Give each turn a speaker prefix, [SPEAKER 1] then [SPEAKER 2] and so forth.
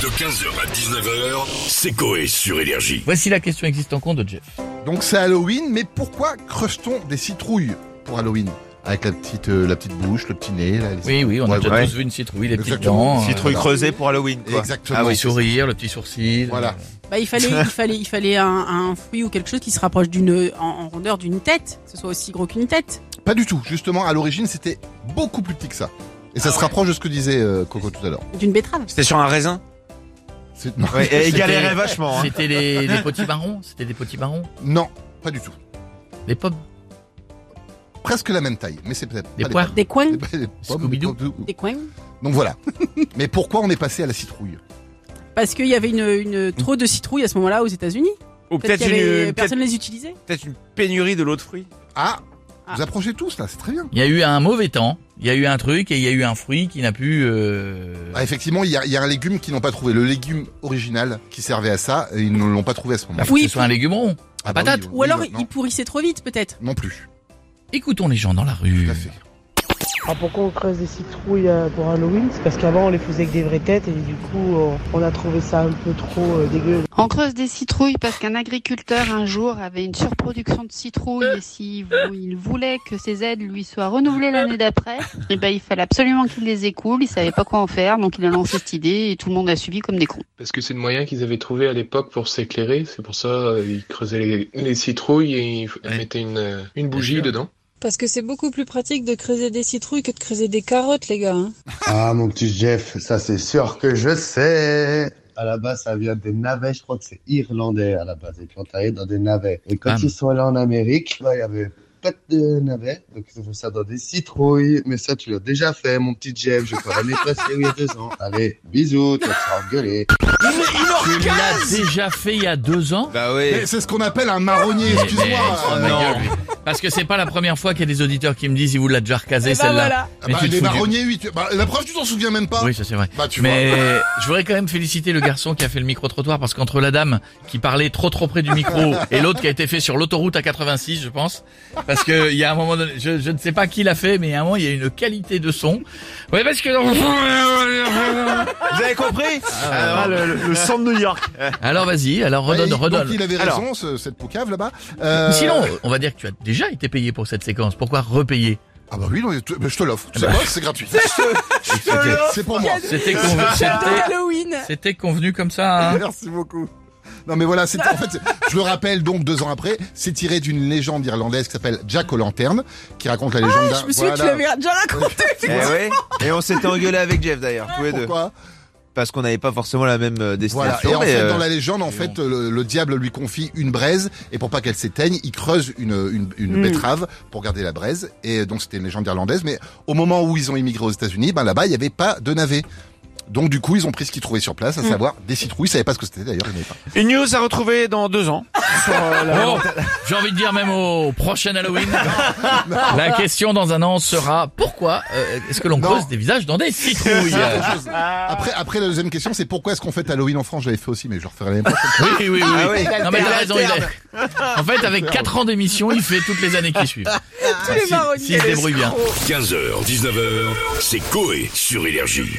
[SPEAKER 1] De 15h à 19h, c'est Coé sur Énergie.
[SPEAKER 2] Voici la question existe en compte de Jeff.
[SPEAKER 3] Donc c'est Halloween, mais pourquoi creuse-t-on des citrouilles pour Halloween Avec la petite, euh, la petite bouche, le petit nez. Là, les
[SPEAKER 2] Oui, oui, on a
[SPEAKER 3] Ouais,
[SPEAKER 2] déjà
[SPEAKER 3] ouais.
[SPEAKER 2] tous vu une citrouille, les petites
[SPEAKER 3] Exactement.
[SPEAKER 2] dents. euh,
[SPEAKER 3] Citrouille.
[SPEAKER 4] Citrouille
[SPEAKER 3] Voilà.
[SPEAKER 4] creusée pour Halloween, quoi.
[SPEAKER 3] Exactement.
[SPEAKER 2] Ah oui, sourire, le petit sourcil.
[SPEAKER 3] Voilà.
[SPEAKER 5] Bah, il fallait, il fallait, il fallait un, un fruit ou quelque chose qui se rapproche d'une, en, en rondeur d'une tête, que ce soit aussi gros qu'une tête.
[SPEAKER 3] Pas du tout. Justement, à l'origine, c'était beaucoup plus petit que ça. Et
[SPEAKER 2] Ah
[SPEAKER 3] ça se rapproche de ce que disait euh, Coco tout à l'heure.
[SPEAKER 5] D'une betterave.
[SPEAKER 4] C'était sur un raisin
[SPEAKER 3] C'est- Non,
[SPEAKER 4] ouais, Et il
[SPEAKER 2] C'était-
[SPEAKER 4] galérait vachement. hein.
[SPEAKER 2] C'était les, les potimarrons, c'était des potimarrons,
[SPEAKER 3] non, pas du tout.
[SPEAKER 2] les pommes,
[SPEAKER 3] Presque la même taille, mais c'est peut-être
[SPEAKER 2] des
[SPEAKER 3] pas Ah, des
[SPEAKER 2] poires.
[SPEAKER 5] Des coins.
[SPEAKER 3] pommes. Des pommes, des
[SPEAKER 2] Scooby-Doo.
[SPEAKER 3] pommes.
[SPEAKER 5] Des coins.
[SPEAKER 3] Donc voilà. mais pourquoi on est passé à la citrouille
[SPEAKER 5] Parce qu'il y avait une, une, trop de citrouilles à ce moment-là aux États-Unis.
[SPEAKER 4] Ou
[SPEAKER 5] Peut-être
[SPEAKER 4] peut-être
[SPEAKER 5] qu'il y avait,
[SPEAKER 4] une, peut-être-
[SPEAKER 5] personne les utilisait.
[SPEAKER 4] peut-être une pénurie de l'autre fruit.
[SPEAKER 3] Ah,
[SPEAKER 5] Ah.
[SPEAKER 3] vous approchez tous là, c'est très bien.
[SPEAKER 2] Il y a eu un mauvais temps, il y a eu un truc et il y a eu un fruit qui n'a pu... euh,
[SPEAKER 3] Ah, effectivement, il y, a- il y a un légume qu'ils n'ont pas trouvé. Le légume original qui servait à ça, et ils ne l'ont pas trouvé à ce moment-là.
[SPEAKER 2] bah, faut que
[SPEAKER 5] Oui,
[SPEAKER 2] ce soit un légume rond.
[SPEAKER 3] Ah,
[SPEAKER 2] patate.
[SPEAKER 3] oui, oui,
[SPEAKER 5] Ou alors
[SPEAKER 3] oui, non,
[SPEAKER 5] ils pourrissaient trop vite peut-être.
[SPEAKER 3] non plus.
[SPEAKER 2] Écoutons les gens dans la rue.
[SPEAKER 3] Tout à fait.
[SPEAKER 6] Ah, pourquoi on creuse des citrouilles euh, pour Halloween C'est parce qu'avant on les faisait avec des vraies têtes et du coup on- on a trouvé ça un peu trop euh, dégueu.
[SPEAKER 7] On creuse des citrouilles parce qu'un agriculteur un jour avait une surproduction de citrouilles et s'il vou- il voulait que ces aides lui soient renouvelées l'année d'après, eh ben, il fallait absolument qu'il les écoule, il savait pas quoi en faire, donc il a lancé cette idée et tout le monde a suivi comme des cons.
[SPEAKER 8] Parce que c'est le moyen qu'ils avaient trouvé à l'époque pour s'éclairer. C'est pour ça euh, ils creusaient les, les citrouilles et ils f-
[SPEAKER 2] Ouais.
[SPEAKER 8] mettaient une, euh, une bougie
[SPEAKER 2] sûr.
[SPEAKER 8] dedans.
[SPEAKER 9] Parce que c'est beaucoup plus pratique de creuser des citrouilles que de creuser des carottes, les gars. hein.
[SPEAKER 10] Ah, mon petit Jeff, ça c'est sûr que je sais. À la base, ça vient des navets, je crois que c'est irlandais à la base. Et puis on travaillait dans des navets. Et quand
[SPEAKER 2] Ah.
[SPEAKER 10] ils sont allés en Amérique, là, il y avait pas de navets. Donc ils ont fait ça dans des citrouilles. Mais ça, tu l'as déjà fait, mon petit Jeff. Je crois l'année passée ou il y a deux ans. Allez, bisous, tu vas te faire engueuler.
[SPEAKER 2] Tu l'as déjà fait il y a deux ans
[SPEAKER 4] Bah oui.
[SPEAKER 3] Mais C'est ce qu'on appelle un marronnier,
[SPEAKER 2] Mais- mais-
[SPEAKER 3] Bah, excuse-moi. Euh, Ah
[SPEAKER 2] oh, ma gueule, lui. Parce que c'est pas la première fois qu'il y a des auditeurs qui me disent il vous l'a déjà recasé
[SPEAKER 5] Eh ben
[SPEAKER 2] celle-là.
[SPEAKER 5] voilà.
[SPEAKER 3] Ah
[SPEAKER 2] Mais
[SPEAKER 3] bah,
[SPEAKER 2] tu te
[SPEAKER 3] les
[SPEAKER 2] fous du-
[SPEAKER 3] marronniers, oui. tu- Bah, la preuve, tu t'en souviens même pas.
[SPEAKER 2] Oui, ça c'est vrai.
[SPEAKER 3] Bah, tu vois.
[SPEAKER 2] Mais je voudrais quand même féliciter le garçon qui a fait le micro-trottoir parce qu'entre la dame qui parlait trop trop près du micro et l'autre qui a été fait sur l'autoroute à 86, je pense, parce que il y a un moment donné, je, je ne sais pas qui l'a fait, mais à un moment il y a une qualité de son. Ouais, parce que
[SPEAKER 4] Vous avez compris
[SPEAKER 2] Ah,
[SPEAKER 4] Alors,
[SPEAKER 2] alors vas-y, alors
[SPEAKER 3] Ouais,
[SPEAKER 2] redonne,
[SPEAKER 3] il-
[SPEAKER 2] redonne.
[SPEAKER 3] Donc il avait
[SPEAKER 4] Alors.
[SPEAKER 3] raison, ce- cette poucave là-bas. Euh,
[SPEAKER 2] Sinon, on va dire que tu as déjà été payé pour cette séquence. Pourquoi repayer
[SPEAKER 3] Ah bah oui, non, tu- mais je te l'offre. Tu sais quoi, c'est gratuit.
[SPEAKER 2] C'était-
[SPEAKER 3] C'est pour moi.
[SPEAKER 2] C'était convenu, c'était-
[SPEAKER 5] Halloween.
[SPEAKER 2] c'était convenu comme ça. hein.
[SPEAKER 3] Merci beaucoup. Non mais voilà, c'est en fait, je le rappelle donc deux ans après, c'est tiré d'une légende irlandaise qui s'appelle Jack aux lanternes, qui raconte la légende d'un.
[SPEAKER 5] Je me souviens que tu
[SPEAKER 3] voilà.
[SPEAKER 5] l'avais déjà raconté.
[SPEAKER 4] eh ouais. Et on s'était engueulé avec Jeff d'ailleurs, tous les deux.
[SPEAKER 3] Pourquoi
[SPEAKER 4] Parce qu'on n'avait pas forcément la même euh,
[SPEAKER 3] Voilà.
[SPEAKER 4] destination.
[SPEAKER 3] Et en
[SPEAKER 4] mais,
[SPEAKER 3] fait,
[SPEAKER 4] euh,
[SPEAKER 3] dans la légende, en fait, le, le diable lui confie une braise et pour pas qu'elle s'éteigne, il creuse une, une, une
[SPEAKER 5] Mm.
[SPEAKER 3] betterave pour garder la braise. Et donc c'était une légende irlandaise. Mais au moment où ils ont immigré aux États-Unis, ben là-bas il n'y avait pas de navet. Donc du coup ils ont pris ce qu'ils trouvaient sur place, à savoir des citrouilles. Ils savaient pas ce que c'était d'ailleurs, ils n'avaient pas.
[SPEAKER 4] Une news à retrouver dans deux ans. Sur, euh, la-
[SPEAKER 2] Bon, Oh, j'ai envie de dire même au prochain Halloween. La question dans un an sera pourquoi euh, est-ce que l'on
[SPEAKER 3] Non.
[SPEAKER 2] creuse des visages dans des citrouilles
[SPEAKER 3] C'est autre chose. Après, après la deuxième question, c'est pourquoi est-ce qu'on fait Halloween en France J'avais fait aussi, mais je le referai l'année prochaine.
[SPEAKER 2] Oui, oui, oui. oui.
[SPEAKER 4] Ah oui.
[SPEAKER 2] Non mais t'as raison. il est- En fait, avec 4 ans d'émission, il fait toutes les années qui suivent.
[SPEAKER 5] les
[SPEAKER 2] S'il- S'il se débrouille bien.
[SPEAKER 1] 15h, 19h, c'est Coé sur Énergie.